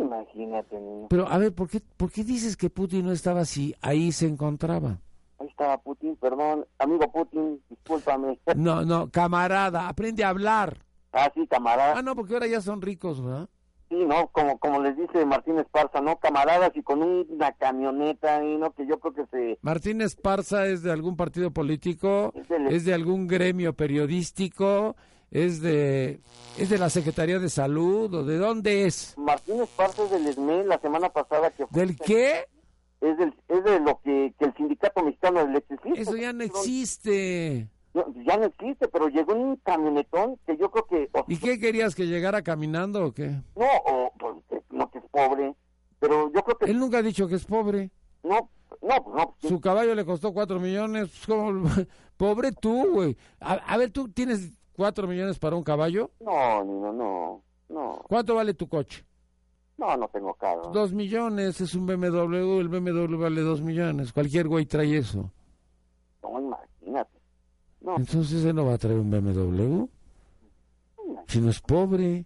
S4: Imagínate, niño.
S3: Pero a ver, ¿por qué, ¿por qué dices que Putin no estaba si ahí se encontraba?
S4: Ahí estaba Putin, perdón. Amigo Putin, discúlpame.
S3: No, no, camarada, aprende a hablar.
S4: Ah, sí, camarada.
S3: Ah, no, porque ahora ya son ricos, ¿verdad?
S4: Sí, ¿no? Como, como les dice Martín Esparza, ¿no? Camaradas y con una camioneta, y ¿no? Que yo creo que se...
S3: Martín Esparza es de algún partido político,
S4: Es del-
S3: es de algún gremio periodístico, es de es de la Secretaría de Salud o de dónde es?
S4: Martín Esparza es del ESME la semana pasada que fue...
S3: ¿Del qué?
S4: Es, del, es de lo que, que el sindicato mexicano del electricismo...
S3: Eso ya no existe.
S4: No, ya no existe, pero llegó en un camionetón que yo creo que... o-
S3: ¿Y qué querías que llegara caminando o qué?
S4: No, o, pues, que- no que es pobre, pero yo creo que...
S3: Él nunca ha dicho que es pobre.
S4: No, no, pues no, pues,
S3: Su caballo le costó cuatro millones. pues, ¿cómo lo- Pobre tú, güey. A, a ver, ¿tú tienes cuatro millones para un caballo?
S4: no, no, no, no,
S3: ¿Cuánto vale tu coche?
S4: no, no tengo carro.
S3: Dos millones, es un BMW, el BMW vale dos millones. Cualquier güey trae eso.
S4: No, imagínate. No,
S3: Entonces él no va a traer un BMW. Si no es pobre.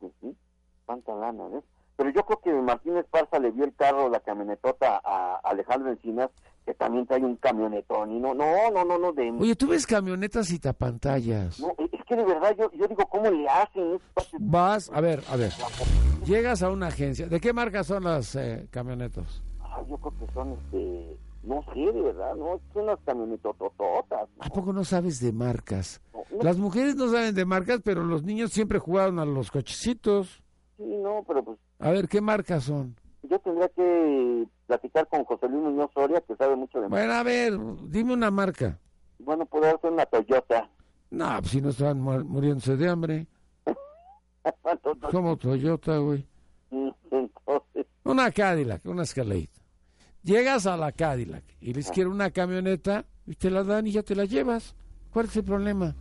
S4: pues sí, cuánta lana, ¿ves? Pero yo creo que Martín Esparza le vio el carro, la camionetota a Alejandro Encinas, que también trae un camionetón, y no, no, no, no, no, de...
S3: Oye, tú ves camionetas y tapantallas.
S4: No, e, es que de verdad yo, yo digo, ¿cómo le hacen? Es parte de
S3: Vas, a ver, a ver.
S4: la po-
S3: Llegas a una agencia. ¿De qué marca son las eh, camionetas?
S4: Ay, yo creo que son, este, no sé, de verdad, no, son unas camionetotototas.
S3: ¿A poco no sabes de marcas?
S4: No,
S3: Las mujeres no saben de marcas, pero los niños siempre jugaron a los cochecitos.
S4: Sí, no, pero pues
S3: A ver, ¿qué marcas son?
S4: yo tendría que platicar con José Luis Muñoz Soria, que sabe mucho de...
S3: Bueno, a ver, dime una marca.
S4: Bueno, puede ser una Toyota.
S3: No, pues si no están mu- muriéndose de hambre. Como Toyota, güey.
S4: Entonces,
S3: Una Cadillac, una Escalade. Llegas a la Cadillac y les quiere una camioneta y te la dan y ya te la llevas. ¿Cuál es el problema?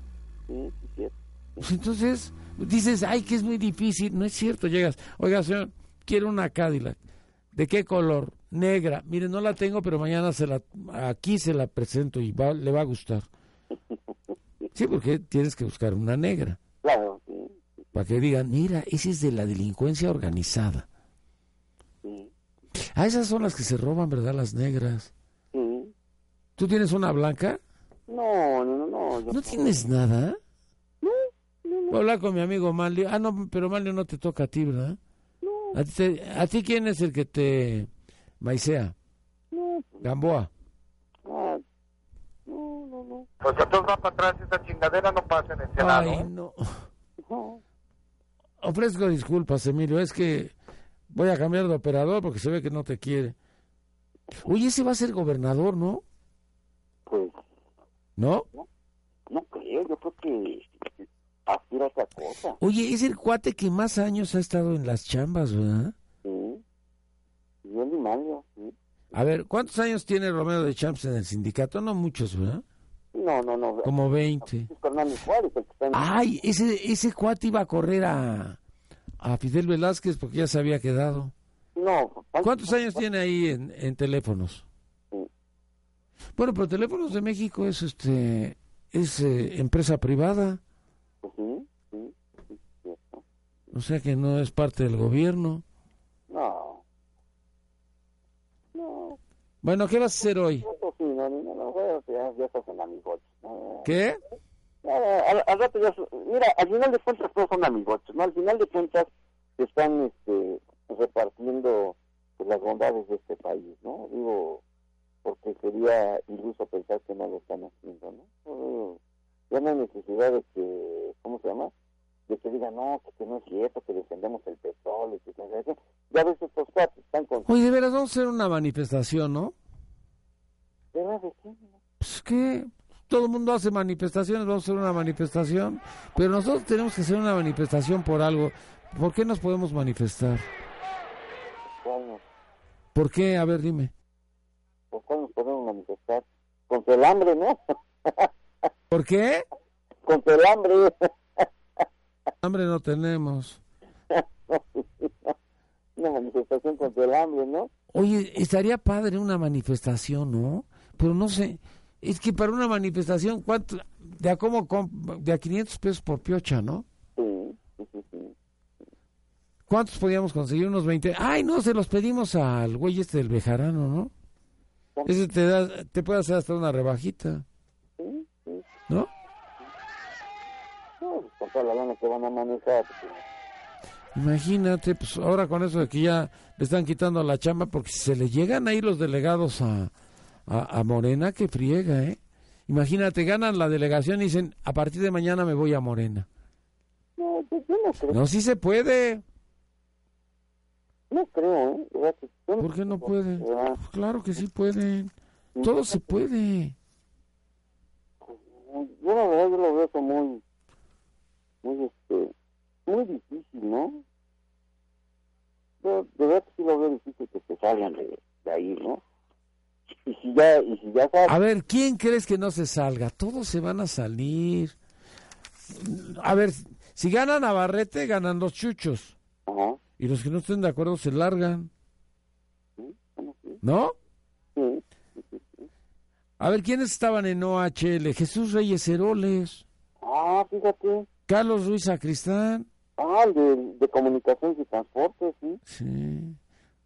S4: sí, sí, sí.
S3: Pues entonces dices, ay, que es muy difícil. No es cierto, llegas. Oiga, señor, quiero una Cadillac. ¿De qué color? Negra. Mire, no la tengo, pero mañana se la, aquí se la presento y va- le va a gustar. Sí, porque tienes que buscar una negra.
S4: claro, sí,
S3: Para que digan, mira, esa es de la delincuencia organizada.
S4: sí,
S3: Ah, esas son las que se roban, ¿verdad? Las negras.
S4: sí.
S3: ¿Tú tienes una blanca?
S4: No, no, no, no, yo-
S3: ¿No tienes nada?
S4: No, no, no,
S3: Voy a hablar con mi amigo Manlio. Ah, no, pero Manlio no te toca a ti, ¿verdad?
S4: no,
S3: ¿A ti, te- a ti quién es el que te maicea?
S4: no,
S3: Gamboa.
S4: ah, no, no, no,
S7: Pues entonces va para atrás esa chingadera, no pasa en el
S3: Ay, no.
S4: no.
S3: Ofrezco disculpas, Emilio. Es que voy a cambiar de operador porque se ve que no te quiere. Oye, ese va a ser gobernador, ¿no?
S4: Pues
S3: ¿No?
S4: no creo, yo creo que aspira a otra cosa.
S3: Oye, es el cuate que más años ha estado en las chambas, ¿verdad?
S4: Sí. Yo ni Mario, sí.
S3: A ver, ¿cuántos años tiene Romero de Champs en el sindicato? No muchos, ¿verdad?
S4: No, no, no.
S3: Como 20.
S4: Es Fernández Juárez, el que está en...
S3: Ay, ese, ese cuate iba a correr a, a Fidel Velázquez porque ya se había quedado.
S4: No,
S3: ¿Cuántos años tiene ahí en, en teléfonos? Bueno, pero Teléfonos de México es este es eh, empresa privada,
S4: Sí, sí, sí, cierto.
S3: o sea que no es parte del gobierno.
S4: No. No,
S3: Bueno, ¿qué vas a hacer hoy?
S4: no, sí, no, no, no, no, ya, ya estás en amigos. No,
S3: ¿Qué?
S4: Eh, al, al rato ya. su- Mira, al final de cuentas todos son amigochos, ¿no? Al final de cuentas se están este, repartiendo pues, las bondades de este país, ¿no? Digo, porque sería iluso pensar que no lo están haciendo, ¿no? Eh, ya no hay necesidad de que. ¿Cómo se llama? De que digan, no, que, que no es cierto, que defendemos el petróleo, que no sé qué. Ya ves estos cuates están con.
S3: Oye, de veras, vamos a hacer una manifestación, ¿no?
S4: ¿Verdad de qué?
S3: Pues que todo el mundo hace manifestaciones, vamos a hacer una manifestación, pero nosotros tenemos que hacer una manifestación por algo. ¿Por qué nos podemos manifestar?
S4: ¿Cuál no?
S3: ¿Por qué? A ver, dime.
S4: ¿Por cuál nos podemos manifestar? Contra el hambre, ¿no?
S3: ¿Por qué?
S4: Contra el hambre.
S3: Hambre no tenemos.
S4: Una manifestación contra el hambre, ¿no?
S3: Oye, estaría padre una manifestación, ¿no? Pero no sé, es que para una manifestación, ¿cuánto? De a, cómo comp- de a 500 pesos por piocha, ¿no?
S4: Sí, sí, sí, sí.
S3: ¿Cuántos podíamos conseguir? Unos 20. Ay, no, se los pedimos al güey este del Bejarano, ¿no? Ese te, da, te puede hacer hasta una rebajita,
S4: sí, sí.
S3: ¿no?
S4: No, pues, con toda la lana que van a manejar. pues,
S3: Imagínate, pues ahora con eso de que ya le están quitando la chamba, porque si se le llegan ahí los delegados a, a, a Morena, que friega, ¿eh? Imagínate, ganan la delegación y dicen, a partir de mañana me voy a Morena.
S4: No, yo, yo no creo,
S3: No, sí se puede.
S4: no creo, ¿eh? De verdad que yo
S3: ¿Por qué no
S4: creo,
S3: puede?
S4: de verdad.
S3: Pues claro que sí pueden. Todo se puede.
S4: Yo la verdad yo lo veo como muy, muy, este, muy difícil, ¿no? Yo de verdad que sí lo veo difícil que se salgan de, de ahí, ¿no? Y si ya, y si ya
S3: A
S4: salen,
S3: ver, ¿quién crees que no se salga? Todos se van a salir. A ver, si ganan a Barrete, ganan los chuchos.
S4: ajá,
S3: Y los que no estén de acuerdo se largan.
S4: bueno, sí,
S3: ¿No?
S4: sí.
S3: A ver, ¿quiénes estaban en OHL? Jesús Reyes Heroles,
S4: Ah, fíjate.
S3: Carlos Ruiz Sacristán,
S4: Ah, el de, de comunicaciones y transportes, sí.
S3: sí.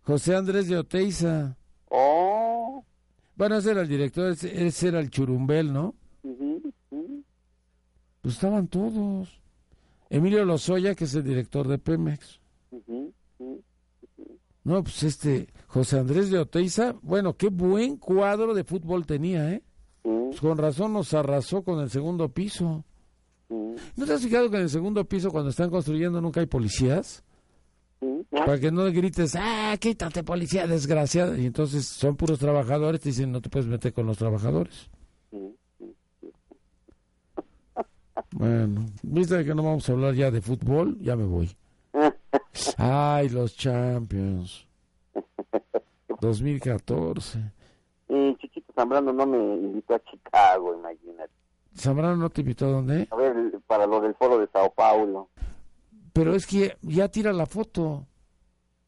S3: José Andrés de Oteiza.
S4: Oh,
S3: Bueno, ese era el director, ese, ese era el churumbel, ¿no?
S4: sí, sí.
S3: Pues estaban todos. Emilio Lozoya, que es el director de Pemex.
S4: Ujú, sí.
S3: No, pues este, José Andrés de Oteiza, bueno, qué buen cuadro de fútbol tenía, ¿eh?
S4: Sí,
S3: Pues con razón nos arrasó con el segundo piso.
S4: sí,
S3: ¿No te has fijado que en el segundo piso cuando están construyendo nunca hay policías?
S4: sí.
S3: Para que no grites, ah, quítate policía desgraciada. Y entonces son puros trabajadores, te dicen, no te puedes meter con los trabajadores.
S4: Sí,
S3: Bueno, viste que no vamos a hablar ya de fútbol, ya me voy. Ay, los Champions. 2014.
S4: Y Chiquito Zambrano no me invitó a Chicago, imagínate.
S3: Zambrano no te invitó a dónde?
S4: A ver, el- para lo del foro de Sao Paulo.
S3: Pero es que ya tira la foto.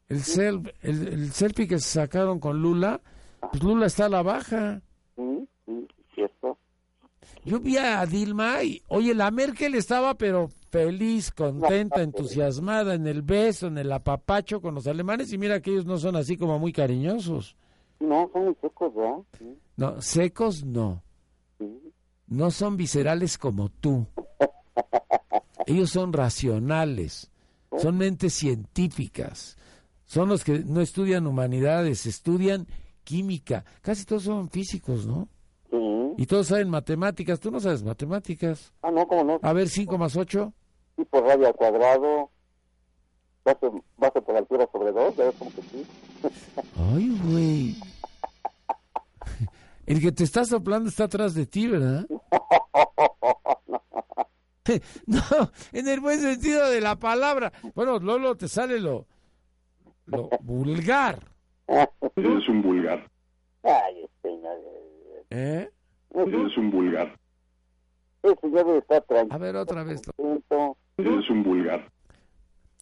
S3: El, self, el, el selfie que sacaron con Lula, pues Lula está a la baja.
S4: Sí, sí, cierto.
S3: Yo vi a Dilma y, oye, la Merkel estaba pero feliz, contenta, entusiasmada en el beso, en el apapacho con los alemanes y mira que ellos no son así como muy cariñosos.
S4: No, son muy secos, ¿verdad? Sí,
S3: No, secos no,
S4: sí.
S3: no son viscerales como tú. Ellos son racionales, son mentes científicas, son los que no estudian humanidades, estudian química. Casi todos son físicos, ¿no?
S4: sí.
S3: Y todos saben matemáticas, tú no sabes matemáticas.
S4: Ah, no, cómo no.
S3: A ver, 5 más 8.
S4: Sí, por radio al cuadrado. Base, base por altura sobre dos, ¿verdad? Como que sí.
S3: Ay, güey. El que te está soplando está atrás de ti, ¿verdad? No, en el buen sentido de la palabra. Bueno, Lolo, te sale lo, lo vulgar.
S6: Eres un vulgar.
S4: Ay, señor.
S3: ¿eh?
S6: Eres un vulgar.
S4: Ese ya debe estar
S3: A
S4: tranquilo.
S3: ver, otra vez.
S6: Eres un vulgar.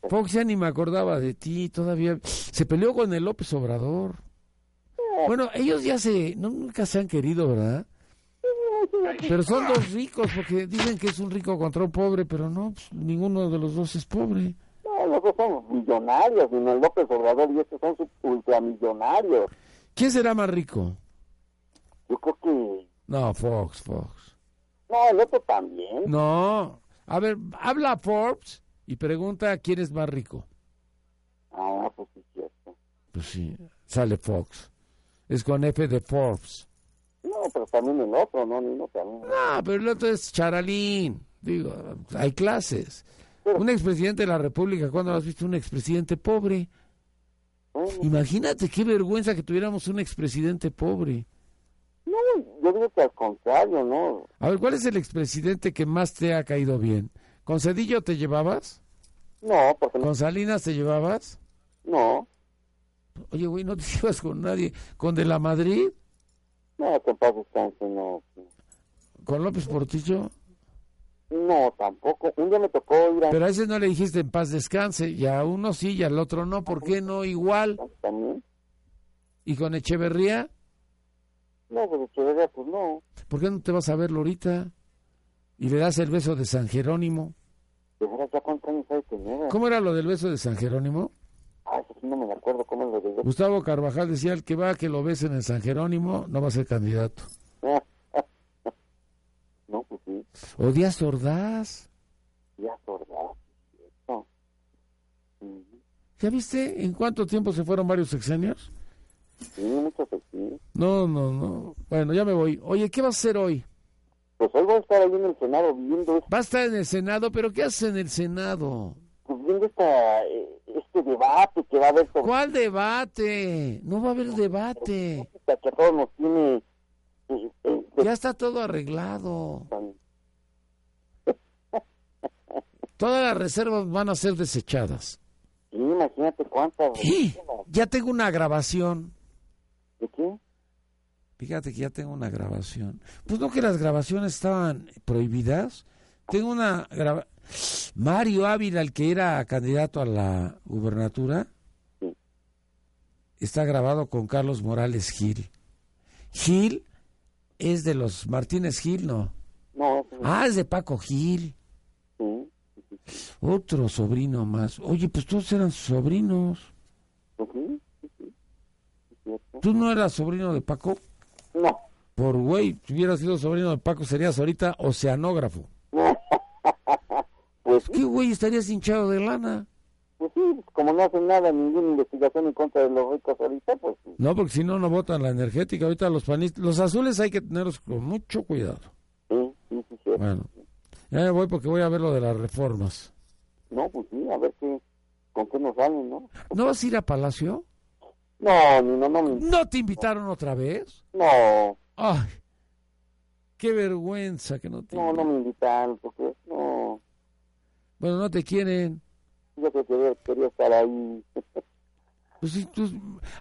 S3: Fox ya ni me acordaba de ti todavía. Se peleó con el López Obrador. Bueno, ellos ya se, no, nunca se han querido, ¿verdad? Pero son dos ricos, porque dicen que es un rico contra un pobre, pero no, pues, ninguno de los dos es pobre.
S4: No, los dos son millonarios, ni el López Obrador y estos son sub- ultramillonarios.
S3: ¿Quién será más rico?
S4: Yo creo que
S3: No, Fox, Fox.
S4: No, el otro también.
S3: No. A ver, habla Forbes y pregunta quién es más rico.
S4: Ah, pues sí, cierto.
S3: Pues sí, sale Fox. Es con F de Forbes.
S4: No, pero también el otro, no, Nino, también.
S3: Ah, pero el otro es Charalín. Digo, hay clases. Un expresidente de la República, ¿cuándo has visto un expresidente pobre?
S4: Bueno,
S3: Imagínate qué vergüenza que tuviéramos un expresidente pobre.
S4: no, yo digo que al contrario, ¿no?
S3: A ver, ¿cuál es el expresidente que más te ha caído bien? ¿Con Cedillo te llevabas?
S4: No, porque no.
S3: ¿Con Salinas te llevabas?
S4: No,
S3: Oye, güey, no te llevas con nadie. ¿Con De la Madrid?
S4: no, que en paz descanse, no.
S3: ¿Con López Portillo?
S4: No, tampoco. Un día me tocó ir a.
S3: Pero a ese no le dijiste en paz descanse, y a uno sí y al otro no, ¿por qué no igual?
S4: También.
S3: ¿Y con Echeverría?
S4: No, pues Echeverría, pues no.
S3: ¿Por qué no te vas a verlo ahorita? Y le das el beso de San Jerónimo.
S4: De veras, ya cuántos años hay que no.
S3: ¿Cómo era lo del beso de San Jerónimo?
S4: Ah, eso sí no me acuerdo cómo lo digo.
S3: Gustavo Carvajal decía, el que va a que lo besen en San Jerónimo no va a ser candidato.
S4: No, pues sí,
S3: ¿O Díaz Ordaz?
S4: ya sorda. No. Sí,
S3: ¿Ya viste en cuánto tiempo se fueron varios sexenios?
S4: sí, mucho que sí.
S3: No, no, no. Bueno, ya me voy. Oye, ¿qué vas a hacer hoy?
S4: Pues hoy voy a estar ahí en el Senado viendo, es-
S3: Va a estar en el Senado, pero ¿qué haces en el Senado?
S4: pues viendo esta, eh, este debate que va a haber sobre
S3: ¿Cuál debate? No va a haber debate.
S4: esta que a todos nos tiene. eh, eh, de-
S3: Ya está todo arreglado. Todas las reservas van a ser desechadas.
S4: Sí, imagínate cuántas.
S3: ¡Eh! Ya tengo una grabación.
S4: ¿De qué?
S3: Fíjate que ya tengo una grabación. Pues no que las grabaciones estaban prohibidas. Tengo una graba- Mario Ávila, el que era candidato a la gubernatura,
S4: Sí.
S3: está grabado con Carlos Morales Gil. Gil es de los Martínez Gil, ¿no?
S4: No,
S3: Ah, es de Paco Gil.
S4: sí.
S3: Otro sobrino más. Oye, pues todos eran sus sobrinos.
S4: Pues sí, sí, sí. Es cierto.
S3: ¿Tú no eras sobrino de Paco?
S4: No.
S3: Por güey, si hubieras sido sobrino de Paco, serías ahorita oceanógrafo.
S4: Pues
S3: ¿Qué güey estarías hinchado de lana?
S4: Pues sí, pues como no hacen nada, ninguna investigación en contra de los ricos ahorita, pues sí.
S3: No, porque si no, no votan la energética. Ahorita los panistas, los azules hay que tenerlos con mucho cuidado.
S4: Sí, sí, sí, sí.
S3: Bueno, ya me voy porque voy a ver lo de las reformas.
S4: No, pues sí, a ver qué, con qué nos salen, ¿no?
S3: ¿No vas a ir a Palacio?
S4: No, ni no, no, ni-
S3: ¿No te invitaron otra vez?
S4: no,
S3: Ay, qué vergüenza que no te...
S4: no, no me invitaron, porque no,
S3: Bueno, no te quieren.
S4: yo creo que yo quería estar ahí,
S3: Pues sí, tú...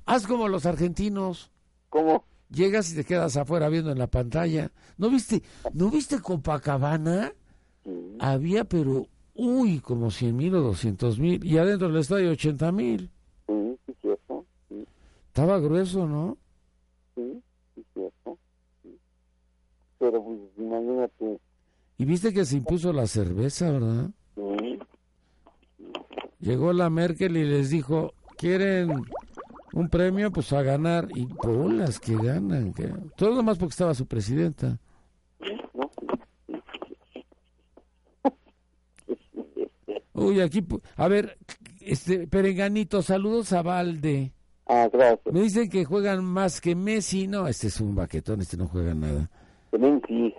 S3: Haz como los argentinos.
S4: como,
S3: Llegas y te quedas afuera viendo en la pantalla. ¿No viste, ¿no viste Copacabana?
S4: sí,
S3: Había, pero, uy, como 100 mil o 200 mil. Y adentro del estadio 80 mil.
S4: sí, sí, cierto, sí,
S3: Estaba grueso, ¿no?
S4: sí, sí, cierto, sí. pero pues imagínate,
S3: Y viste que se impuso la cerveza, ¿verdad?
S4: sí,
S3: Llegó la Merkel y les dijo, ¿quieren un premio? Pues a ganar. Y bolas que ganan. que- Todo nomás porque estaba su presidenta.
S4: no, sí,
S3: Uy, aquí, pu- a ver, este, Perenganito, saludos a Valde.
S4: ah, gracias,
S3: Me dicen que juegan más que Messi. No, este es un baquetón, este no juega nada.
S4: también sí,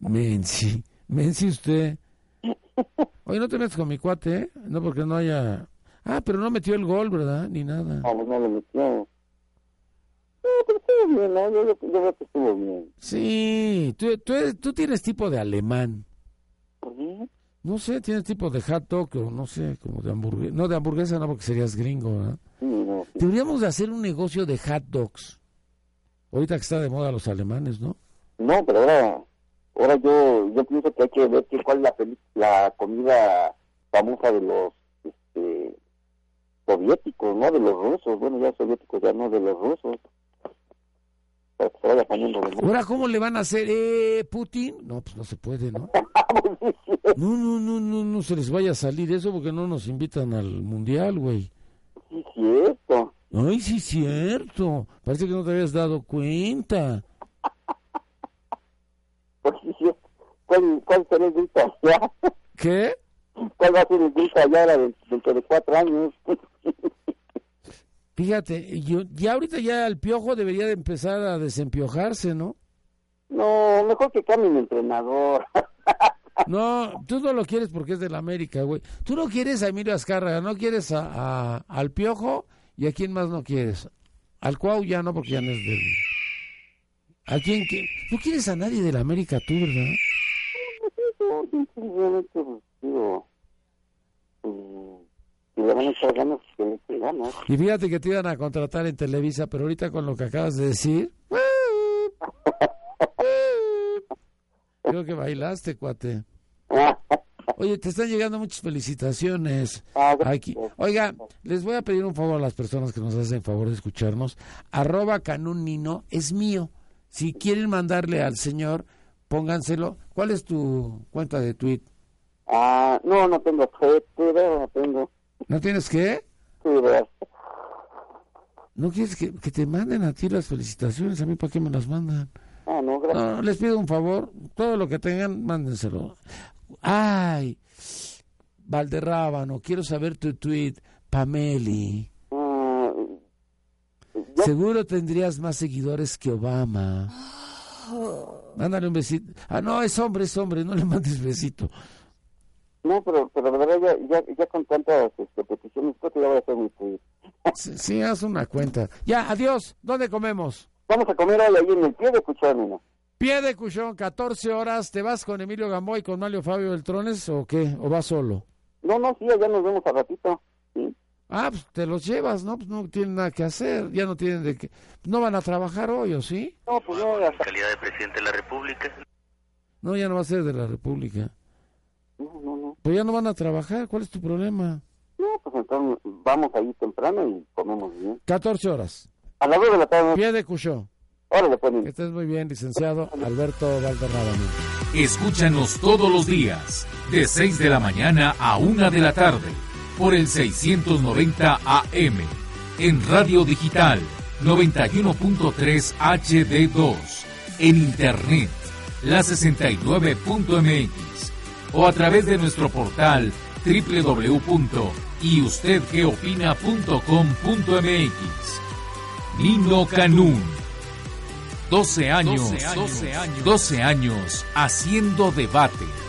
S3: Mensi, Mensi usted. Oye, no te metas con mi cuate, ¿eh? No porque no haya... Ah, pero no metió el gol, ¿verdad? Ni nada.
S4: ah, pues no le metieron, no, pero estuvo bien, ¿no? yo, yo, yo creo que estuvo bien,
S3: Sí, tú, tú, eres- tú tienes tipo de alemán.
S4: ¿por qué?
S3: No sé, tienes tipo de hot dog o no sé, como de hamburguesa. No, de hamburguesa no, porque serías gringo, ¿verdad?
S4: Sí, no, sí,
S3: Deberíamos de hacer un negocio de hot dogs. Ahorita que está de moda los alemanes, ¿no?
S4: No, pero ahora, ahora yo, yo pienso que hay que ver que cuál es la, peli- la comida famosa de los este, soviéticos, no de los rusos. Bueno, ya soviéticos, ya no de los rusos. Para que se vaya poniendo de moda.
S3: Ahora, ¿cómo le van a hacer? ¿Eh, Putin? No, pues no se puede, ¿no? No, no, no, no, no se les vaya a salir eso porque no nos invitan al mundial, güey.
S4: Sí, cierto.
S3: Ay, sí, cierto. Parece que no te habías dado cuenta.
S4: Pues sí, cierto. ¿Cuál, cuál será el grito allá?
S3: ¿Qué?
S4: ¿Cuál va a ser el grito allá ahora de- dentro de cuatro años?
S3: Fíjate, yo, ya ahorita ya el piojo debería de empezar a desempiojarse, ¿no?
S4: No, mejor que cambie mi entrenador.
S3: No, tú no lo quieres porque es del América, güey. Tú no quieres a Emilio Azcárraga, no quieres a, a- al Piojo y a quién más no quieres. Al Cuau ya no, porque ya no es del. ¿A quién que No quieres a nadie del América, tú, ¿verdad?
S4: No, simplemente, pues, digo, mm, si le van a echar ganas, que le echen ganas.
S3: Y fíjate que te iban a contratar en Televisa, pero ahorita con lo que acabas de decir. Creo que bailaste, cuate. Oye, te están llegando muchas felicitaciones
S4: Ah, gracias.
S3: aquí. Oiga, les voy a pedir un favor a las personas que nos hacen favor de escucharnos. Arroba canunino es mío. Si quieren mandarle al señor, pónganselo. ¿Cuál es tu cuenta de tweet?
S4: Ah, no, no tengo fe- Twitter, no tengo
S3: ¿No tienes qué?
S4: Twitter.
S3: ¿No quieres que, que te manden a ti las felicitaciones? ¿A mí para qué me las mandan?
S4: Ah, no, gracias.
S3: No, les pido un favor, todo lo que tengan, mándenselo. Ay, Valderrábano, quiero saber tu tweet, Pameli.
S4: Ah,
S3: Seguro tendrías más seguidores que Obama. Mándale un besito. Ah, no, es hombre, es hombre, no le mandes besito.
S4: no, pero, pero la verdad, ya, ya, ya con tantas este, peticiones, creo que ya voy a hacer mi Twitter.
S3: Sí, sí, haz una cuenta. Ya, adiós, ¿dónde comemos?
S4: Vamos a comer hoy ahí en el pie de Cuchónimo.
S3: Pie de Cuchón, 14 horas, ¿te vas con Emilio Gamboa y con Mario Fabio Beltrones o qué? ¿O vas solo?
S4: No, no, sí, allá nos vemos a ratito. Sí.
S3: Ah, pues te los llevas, ¿no? Pues no tienen nada que hacer, ya no tienen de qué. No van a trabajar hoy, ¿o sí?
S4: No, pues no, hasta...
S5: Calidad de presidente de la República.
S3: No, ya no va a ser de la República.
S4: No, no, no.
S3: Pues ya no van a trabajar, ¿cuál es tu problema?
S4: No, pues entonces vamos ahí temprano y comemos bien.
S3: 14 horas.
S4: A las dos de la tarde, pues,
S3: Pie de Cuchó.
S4: ahora le
S3: Que
S4: ponen.
S3: estés muy bien, licenciado Alberto Valderrábano.
S2: Escúchanos todos los días, de 6 de la mañana a 1 de la tarde, por el 690 AM, en Radio Digital 91.3 HD2, en Internet, la 69.mx, o a través de nuestro portal www.yustedqueopina.com.mx. Nino Canún. 12 años, 12 años, 12 años haciendo debate.